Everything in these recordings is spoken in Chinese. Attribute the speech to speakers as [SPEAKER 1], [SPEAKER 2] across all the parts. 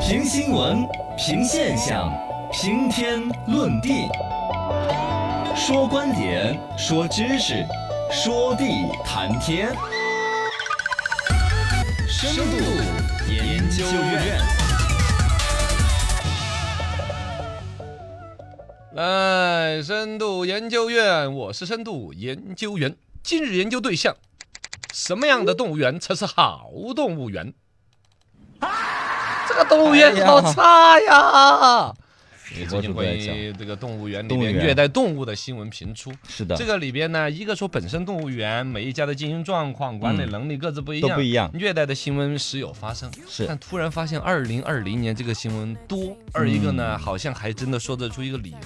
[SPEAKER 1] 评新闻，评现象，评天论地，说观点，说知识，说地谈天。深度研究院，
[SPEAKER 2] 来，深度研究院，我是深度研究员。今日研究对象，什么样的动物园才是好动物园？
[SPEAKER 1] 哎
[SPEAKER 2] 这个动物园好差呀！因为最近关于这个动物园里
[SPEAKER 1] 动物
[SPEAKER 2] 面
[SPEAKER 1] 园
[SPEAKER 2] 虐待动物的新闻频出，
[SPEAKER 1] 是的
[SPEAKER 2] 这个里边呢，一个说本身动物园每一家的经营状况、管理能力各自不一
[SPEAKER 1] 嗯
[SPEAKER 2] 样，
[SPEAKER 1] 都不一样
[SPEAKER 2] 虐待的新闻时有发生，
[SPEAKER 1] 是
[SPEAKER 2] 但突然发现二零二零年这个新闻多，二一个
[SPEAKER 1] 嗯
[SPEAKER 2] 呢，好像还真的说得出一个理由，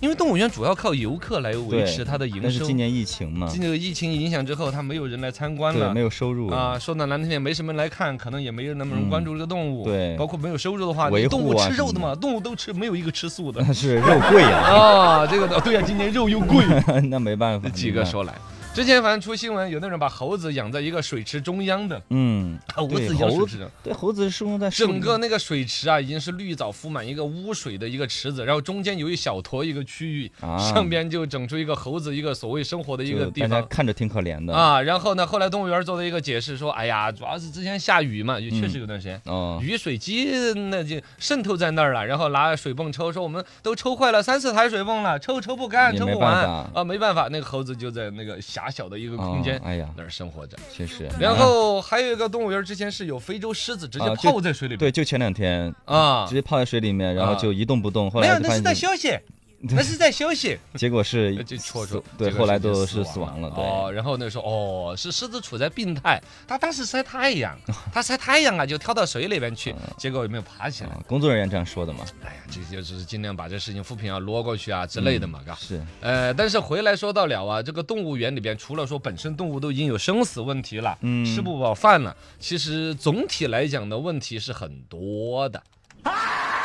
[SPEAKER 2] 因为动物园主要靠游客来维
[SPEAKER 1] 对
[SPEAKER 2] 持它的营
[SPEAKER 1] 但是
[SPEAKER 2] 收。
[SPEAKER 1] 今年疫情嘛，
[SPEAKER 2] 这个疫情影响之后，它没有人来参观
[SPEAKER 1] 对，
[SPEAKER 2] 了
[SPEAKER 1] 没。有收入
[SPEAKER 2] 啊，说的难听点，没什么人来看，可能也没有那么人关注这个动物。
[SPEAKER 1] 嗯对
[SPEAKER 2] 包括没有收入的话，
[SPEAKER 1] 维
[SPEAKER 2] 你动物
[SPEAKER 1] 护啊
[SPEAKER 2] 吃
[SPEAKER 1] 什么
[SPEAKER 2] 肉
[SPEAKER 1] 的
[SPEAKER 2] 的嘛，动物都吃，没有一个吃 素的。
[SPEAKER 1] 但是肉贵呀、
[SPEAKER 2] 啊，这个对呀、今年肉又贵，
[SPEAKER 1] 那没办法。
[SPEAKER 2] 几个
[SPEAKER 1] 没办法，
[SPEAKER 2] 说来。之前反正出新闻，有那种把猴子养在一个水池中 央的，
[SPEAKER 1] 嗯，
[SPEAKER 2] 猴子
[SPEAKER 1] 对
[SPEAKER 2] 一样水
[SPEAKER 1] 猴
[SPEAKER 2] 池
[SPEAKER 1] 子，对猴子是生活在树
[SPEAKER 2] 整
[SPEAKER 1] 林
[SPEAKER 2] 个那个水池啊，已经是绿藻铺满一个污水的一个池子，然后中间有一小坨一个区域，
[SPEAKER 1] 啊
[SPEAKER 2] 上边就整出一个猴子一个所谓生活的一个
[SPEAKER 1] 就
[SPEAKER 2] 地
[SPEAKER 1] 大家
[SPEAKER 2] 方。
[SPEAKER 1] 看着挺可怜的。
[SPEAKER 2] 啊，然后呢？后来动物园做了一个解释，说：“哎呀，主要是之前下雨嘛，也确实有段时间，
[SPEAKER 1] 哦，
[SPEAKER 2] 雨水积那就渗透在那儿了，然后拿水泵抽，说我们都抽坏了三四台水泵了，抽抽不干，
[SPEAKER 1] 也
[SPEAKER 2] 抽
[SPEAKER 1] 没
[SPEAKER 2] 不完
[SPEAKER 1] 办法
[SPEAKER 2] 啊、没办法，那个猴子就在那个狭小的一个空间、
[SPEAKER 1] 哦哎呀，
[SPEAKER 2] 那儿生 活着。
[SPEAKER 1] 确实。
[SPEAKER 2] 然
[SPEAKER 1] 啊
[SPEAKER 2] 后还有一个动物园，之前是有非洲狮子直接
[SPEAKER 1] 啊就
[SPEAKER 2] 泡在水里面
[SPEAKER 1] 对，就前两天
[SPEAKER 2] 啊，
[SPEAKER 1] 直接泡在水里面，然后
[SPEAKER 2] 啊
[SPEAKER 1] 就一动不动，后
[SPEAKER 2] 没有
[SPEAKER 1] 来，就
[SPEAKER 2] 那
[SPEAKER 1] 发
[SPEAKER 2] 是在
[SPEAKER 1] 现
[SPEAKER 2] 休息，那是在休息，
[SPEAKER 1] 结果是
[SPEAKER 2] 就戳
[SPEAKER 1] 死
[SPEAKER 2] 中，
[SPEAKER 1] 对，
[SPEAKER 2] 结
[SPEAKER 1] 后
[SPEAKER 2] 果
[SPEAKER 1] 来
[SPEAKER 2] 直接
[SPEAKER 1] 都是死亡了，对。
[SPEAKER 2] 哦，然后那时候哦，是狮子处在病态，它当时晒太阳，它晒太阳啊，就跳到水里边 去，
[SPEAKER 1] 嗯
[SPEAKER 2] 结果有没有爬起来？
[SPEAKER 1] 啊工作人员这样说的嘛，
[SPEAKER 2] 哎呀，这就是尽量把这事情扶贫啊挪过去啊之类的嘛，嘎。
[SPEAKER 1] 是
[SPEAKER 2] 呃，但是回来说到了啊，这个动物园里边，除了说本身动物都已经有生死问题了，
[SPEAKER 1] 嗯
[SPEAKER 2] 吃不饱饭了，其实总体来讲的问题是很多的。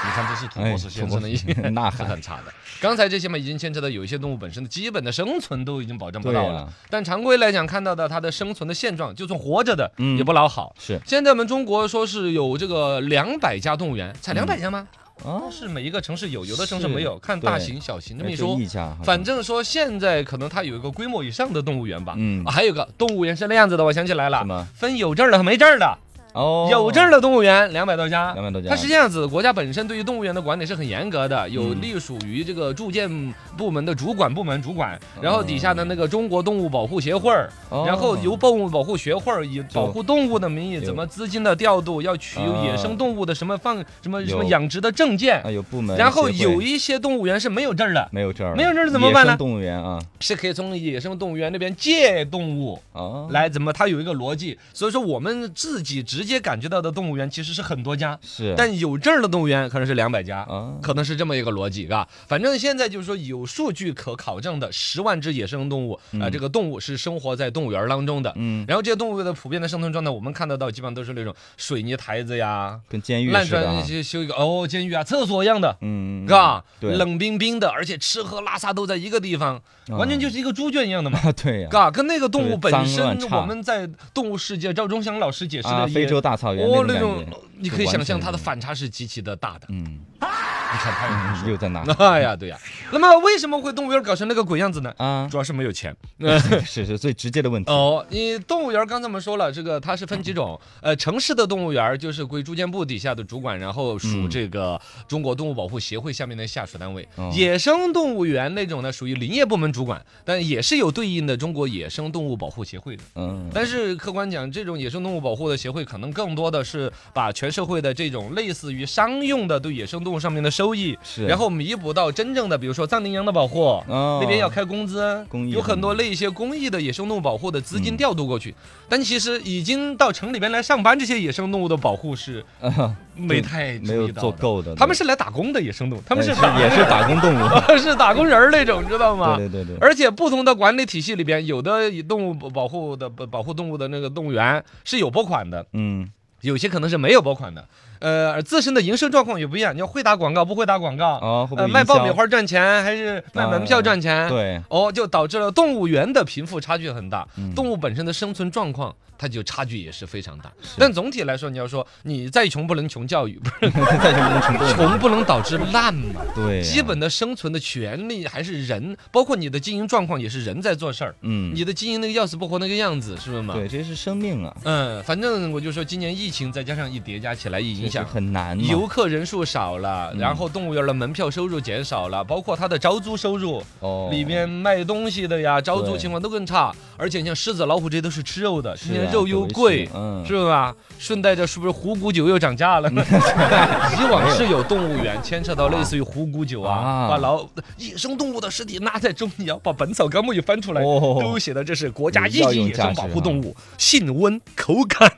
[SPEAKER 2] 你看，这是土博士先生的一
[SPEAKER 1] 哎土博士 呐喊
[SPEAKER 2] 是很差的。刚才这些嘛，已经牵扯到有一些动物本身的基本的生存都已经保证不
[SPEAKER 1] 对啊
[SPEAKER 2] 到了。
[SPEAKER 1] 呀，
[SPEAKER 2] 但常规来讲，看到的它的生存的现状，就算活着的、
[SPEAKER 1] 嗯
[SPEAKER 2] 也不老好。
[SPEAKER 1] 是
[SPEAKER 2] 现在我们中国说是有这个两百家动物园，才两百家吗？
[SPEAKER 1] 啊，
[SPEAKER 2] 是每一个城市有，有的城市
[SPEAKER 1] 是
[SPEAKER 2] 没有，看大
[SPEAKER 1] 对
[SPEAKER 2] 型、小型这
[SPEAKER 1] 哎
[SPEAKER 2] 么一
[SPEAKER 1] 就
[SPEAKER 2] 说。
[SPEAKER 1] 一家好像
[SPEAKER 2] 反正说现在可能它有一个规模以上的动物园吧。
[SPEAKER 1] 嗯
[SPEAKER 2] 啊还有个动物园是那样子的，我想起来
[SPEAKER 1] 什
[SPEAKER 2] 了，
[SPEAKER 1] 么
[SPEAKER 2] 分有证儿的和没证儿的。
[SPEAKER 1] 哦，
[SPEAKER 2] 有证儿的动物园两百多家。
[SPEAKER 1] 两百多家，
[SPEAKER 2] 它是这样子，国家本身对于动物园的管理是很严格
[SPEAKER 1] 嗯
[SPEAKER 2] 的，有隶属于这个住建部门的主管部门主管，然后底下的那个中国动物保护协会儿，
[SPEAKER 1] 哦
[SPEAKER 2] 然后由动物保护协会儿以保护动物的名义，
[SPEAKER 1] 有
[SPEAKER 2] 怎么资金的调度，要取
[SPEAKER 1] 啊
[SPEAKER 2] 野生动物的什么放什么什
[SPEAKER 1] 有
[SPEAKER 2] 么养殖的证件
[SPEAKER 1] 啊，有部门，
[SPEAKER 2] 然后
[SPEAKER 1] 协会
[SPEAKER 2] 有一些动物园是没有证儿的，
[SPEAKER 1] 没有证儿，
[SPEAKER 2] 没有证儿怎么办
[SPEAKER 1] 野生
[SPEAKER 2] 呢
[SPEAKER 1] 动物园啊，
[SPEAKER 2] 是可以从野生动物园那边借动物。
[SPEAKER 1] 哦，
[SPEAKER 2] 来怎么？它有一个逻辑，所以说我们自己直接感觉到的动物园其实是很多家，
[SPEAKER 1] 是，
[SPEAKER 2] 但有证儿的动物园可能是两百家，
[SPEAKER 1] 啊，
[SPEAKER 2] 可能是这么一个逻辑，啊。反正现在就是说有数据可考证的十万只野生动物，啊，这个动物是生活在动物园当中的。
[SPEAKER 1] 嗯，
[SPEAKER 2] 然后这些动物的普遍的生存状态，我们看得到，基本上都是那种水泥台子呀、
[SPEAKER 1] 跟监狱
[SPEAKER 2] 烂
[SPEAKER 1] 似的
[SPEAKER 2] 砖
[SPEAKER 1] 啊，
[SPEAKER 2] 修修一个哦，监狱啊、厕所一样的，
[SPEAKER 1] 嗯，嗯嗯
[SPEAKER 2] 嘎，
[SPEAKER 1] 对
[SPEAKER 2] 冷冰冰的，而且吃喝拉撒都在一个地方，完全就是一个猪圈一样的嘛。
[SPEAKER 1] 啊， 对呀，
[SPEAKER 2] 嘎，跟那个
[SPEAKER 1] 啊
[SPEAKER 2] 动
[SPEAKER 1] 特别
[SPEAKER 2] 物本
[SPEAKER 1] 脏
[SPEAKER 2] 身
[SPEAKER 1] 乱，差
[SPEAKER 2] 我们在动物世界赵忠祥老师解释
[SPEAKER 1] 啊，
[SPEAKER 2] 的也
[SPEAKER 1] 非洲大草原
[SPEAKER 2] 哦，
[SPEAKER 1] 那
[SPEAKER 2] 那
[SPEAKER 1] 种
[SPEAKER 2] 种
[SPEAKER 1] 感觉，
[SPEAKER 2] 你
[SPEAKER 1] 就
[SPEAKER 2] 可以
[SPEAKER 1] 完
[SPEAKER 2] 想象
[SPEAKER 1] 全
[SPEAKER 2] 它的
[SPEAKER 1] 是
[SPEAKER 2] 反差是极其的大的。
[SPEAKER 1] 嗯，
[SPEAKER 2] 你看 他有
[SPEAKER 1] 又在哪
[SPEAKER 2] 哎呀，对呀。那么为什么会动物园搞成那个鬼样子呢？
[SPEAKER 1] 啊？
[SPEAKER 2] 主要是没有钱。
[SPEAKER 1] 是是最直接的问题，
[SPEAKER 2] 哦，你动物园刚才我们说了，这个它是分几种，呃，城市的动物园就是归住建部底下的主管，然后属这个中国动物保护协会下面的下属单位。
[SPEAKER 1] 哦
[SPEAKER 2] 野生动物园那种呢，属于林业部门主管，但也是有对应的中国野生动物保护协会的。
[SPEAKER 1] 嗯，
[SPEAKER 2] 但是客观讲，这种野生动物保护的协会可能更多的是把全社会的这种类似于商用的对野生动物上面的收益，
[SPEAKER 1] 是
[SPEAKER 2] 然后弥补到真正的，比如说藏羚羊的保护。
[SPEAKER 1] 哦
[SPEAKER 2] 那边要开工资，
[SPEAKER 1] 公益嗯
[SPEAKER 2] 有很多类一些公益的野生动物保护的资金调度过去，但其实已经到城里边来上班，这些野生动物的保护是
[SPEAKER 1] 啊
[SPEAKER 2] 没太
[SPEAKER 1] 没
[SPEAKER 2] 注
[SPEAKER 1] 有
[SPEAKER 2] 意到
[SPEAKER 1] 做
[SPEAKER 2] 的，
[SPEAKER 1] 够的，
[SPEAKER 2] 他们
[SPEAKER 1] 对
[SPEAKER 2] 是来打工的野生动物，他们
[SPEAKER 1] 哎
[SPEAKER 2] 是啊
[SPEAKER 1] 是
[SPEAKER 2] 打
[SPEAKER 1] 也是打工 动物，
[SPEAKER 2] 是打工人儿那种，知道吗？
[SPEAKER 1] 对对对对，
[SPEAKER 2] 而且不同的管理体系里边，有的以动物保保护的保保护动物的那个动物园是有拨款的，
[SPEAKER 1] 嗯，
[SPEAKER 2] 有些可能是没有拨款的。呃，而自身的营收状况也不一样，你要会打广告，不会打广告，
[SPEAKER 1] 啊，会不会
[SPEAKER 2] 呃，卖
[SPEAKER 1] 营销哎
[SPEAKER 2] 爆米？花赚钱还是卖门票赚钱？。
[SPEAKER 1] 对，
[SPEAKER 2] 哦，就导致了动物园的贫富差距很大，
[SPEAKER 1] 嗯
[SPEAKER 2] 动物本身的生存状况，它就差距也是非常大。但总体来说，你要说你再穷不能穷教育，不是
[SPEAKER 1] 再就不能成功。
[SPEAKER 2] 穷不能导致烂嘛。
[SPEAKER 1] 对啊，
[SPEAKER 2] 基本的生存的权利还是人，包括你的经营状况也是人在做事儿，
[SPEAKER 1] 嗯，
[SPEAKER 2] 你的经营那个要死不活那个样子，是不是嘛？
[SPEAKER 1] 对，这是生命啊，
[SPEAKER 2] 嗯，反正我就说今年疫情再加上一叠加起来，一影响
[SPEAKER 1] 这是。很难嘛。
[SPEAKER 2] 游客人数少了，
[SPEAKER 1] 嗯
[SPEAKER 2] 然后动物园的门票收入减少了，包括它的招租收入，
[SPEAKER 1] 哦，
[SPEAKER 2] 里面卖东西的呀，招租
[SPEAKER 1] 对
[SPEAKER 2] 情况都更差。而且你像狮子、老虎这些都是吃肉的，
[SPEAKER 1] 是
[SPEAKER 2] 今
[SPEAKER 1] 啊
[SPEAKER 2] 年肉又贵，
[SPEAKER 1] 嗯，
[SPEAKER 2] 是吧？顺带着是不是虎骨酒又涨价了？ 以往是有动物园牵扯到类似于虎骨酒啊，
[SPEAKER 1] 啊
[SPEAKER 2] 把老野生动物的尸体拉在中窑，把《本草纲目》一翻出来，
[SPEAKER 1] 哦
[SPEAKER 2] 都写的这是国家一
[SPEAKER 1] 有药
[SPEAKER 2] 级
[SPEAKER 1] 用
[SPEAKER 2] 野
[SPEAKER 1] 价
[SPEAKER 2] 生
[SPEAKER 1] 值
[SPEAKER 2] 保护
[SPEAKER 1] 哈
[SPEAKER 2] 动物，性温、口 感、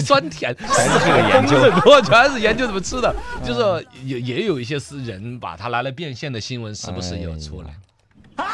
[SPEAKER 2] 酸甜、
[SPEAKER 1] 全是这个研究
[SPEAKER 2] 很多 全是研究怎么吃的，就是也也有一些私人把它拿来变现的新闻，时不时也有出来。
[SPEAKER 1] 哎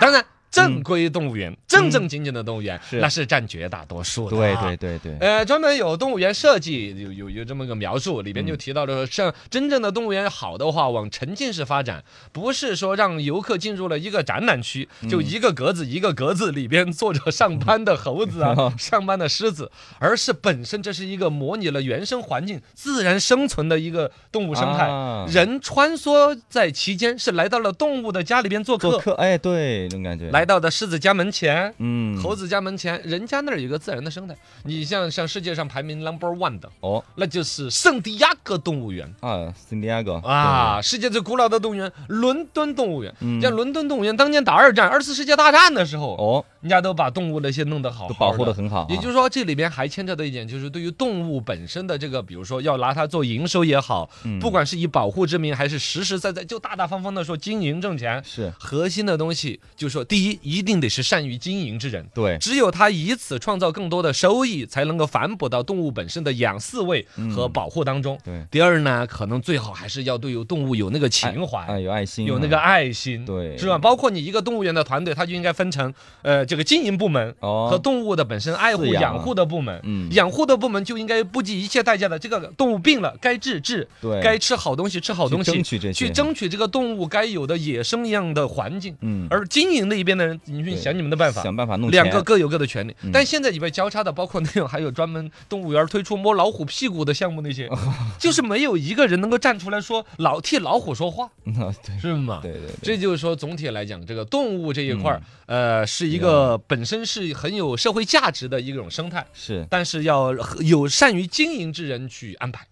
[SPEAKER 2] 当然。正规动物园，正正经经的动物园，
[SPEAKER 1] 嗯是
[SPEAKER 2] 那是占绝大多数的、
[SPEAKER 1] 对对对对，
[SPEAKER 2] 呃，专门有动物园设计，有有有这么个描述，里边就提到了说，像真正的动物园好的话，往沉浸式发展，不是说让游客进入了一个展览区，就一个格子一个格子里边坐着上班的猴子啊，上班的狮子，而是本身这是一个模拟了原生环境自然生存的一个动物生态，
[SPEAKER 1] 啊
[SPEAKER 2] 人穿梭在其间，是来到了动物的家里边做客，
[SPEAKER 1] 做客，哎，对，那种感觉。
[SPEAKER 2] 来，到的狮子家门前，
[SPEAKER 1] 嗯，
[SPEAKER 2] 猴子家门前，人家那儿有个自然的生态。你像像世界上排名 number one 的，
[SPEAKER 1] 哦
[SPEAKER 2] 那就是圣地亚哥动物园
[SPEAKER 1] 啊，圣地亚哥
[SPEAKER 2] 啊，世界最古老的动物园——伦敦动物园。
[SPEAKER 1] 嗯
[SPEAKER 2] 像伦敦动物园当年打二战、二次世界大战的时
[SPEAKER 1] 对
[SPEAKER 2] 候，
[SPEAKER 1] 哦，
[SPEAKER 2] 人家都把动物那些弄得好好
[SPEAKER 1] 都
[SPEAKER 2] 的，
[SPEAKER 1] 保护的很好啊，
[SPEAKER 2] 也就是说，这里边还牵扯到一点，就是对于动物本身的这个，比如说要拿它做营收也好，
[SPEAKER 1] 嗯
[SPEAKER 2] 不管是以保护之名，还是实实在在就大大方方的说经营挣钱，
[SPEAKER 1] 是
[SPEAKER 2] 核心的东西就是说，第一，一定得是善于经营之人。
[SPEAKER 1] 对，
[SPEAKER 2] 只有他以此创造更多的收益，才能够反哺到动物本身的养饲喂
[SPEAKER 1] 嗯
[SPEAKER 2] 和保护当中。
[SPEAKER 1] 对
[SPEAKER 2] 第二呢，可能最好还是要对有动物有那个情怀。
[SPEAKER 1] 啊，有爱心啊，
[SPEAKER 2] 有那个爱心，
[SPEAKER 1] 对
[SPEAKER 2] 是吧？包括你一个动物园的团队，它就应该分成，呃，这个经营部门
[SPEAKER 1] 哦
[SPEAKER 2] 和动物的本身爱护
[SPEAKER 1] 饲养啊
[SPEAKER 2] 养护的部门。
[SPEAKER 1] 嗯
[SPEAKER 2] 养护的部门就应该不计一切代价的，这个动物病了该治治，
[SPEAKER 1] 对
[SPEAKER 2] 该吃好东西吃好
[SPEAKER 1] 去
[SPEAKER 2] 东西，
[SPEAKER 1] 争取这
[SPEAKER 2] 去
[SPEAKER 1] 些
[SPEAKER 2] 争取这个动物该有的野生一样的环境。
[SPEAKER 1] 嗯，
[SPEAKER 2] 而经营那一边的人，你去
[SPEAKER 1] 对
[SPEAKER 2] 想你们的办法，
[SPEAKER 1] 想办法弄
[SPEAKER 2] 两个
[SPEAKER 1] 钱
[SPEAKER 2] 各有各的权利，
[SPEAKER 1] 嗯
[SPEAKER 2] 但现在里边交叉的，包括那种还有专门动物园推出摸老虎屁股的项目那 些，就是没有一个人能够站出来说老替老虎说话，
[SPEAKER 1] 嗯啊对
[SPEAKER 2] 是吗？
[SPEAKER 1] 对对对，
[SPEAKER 2] 这就是说，总体来讲，这个动物这一块儿，
[SPEAKER 1] 嗯
[SPEAKER 2] 呃，是一个本身是很有社会价值的一种生态，
[SPEAKER 1] 是
[SPEAKER 2] 但是要和有善于经营之人去安排。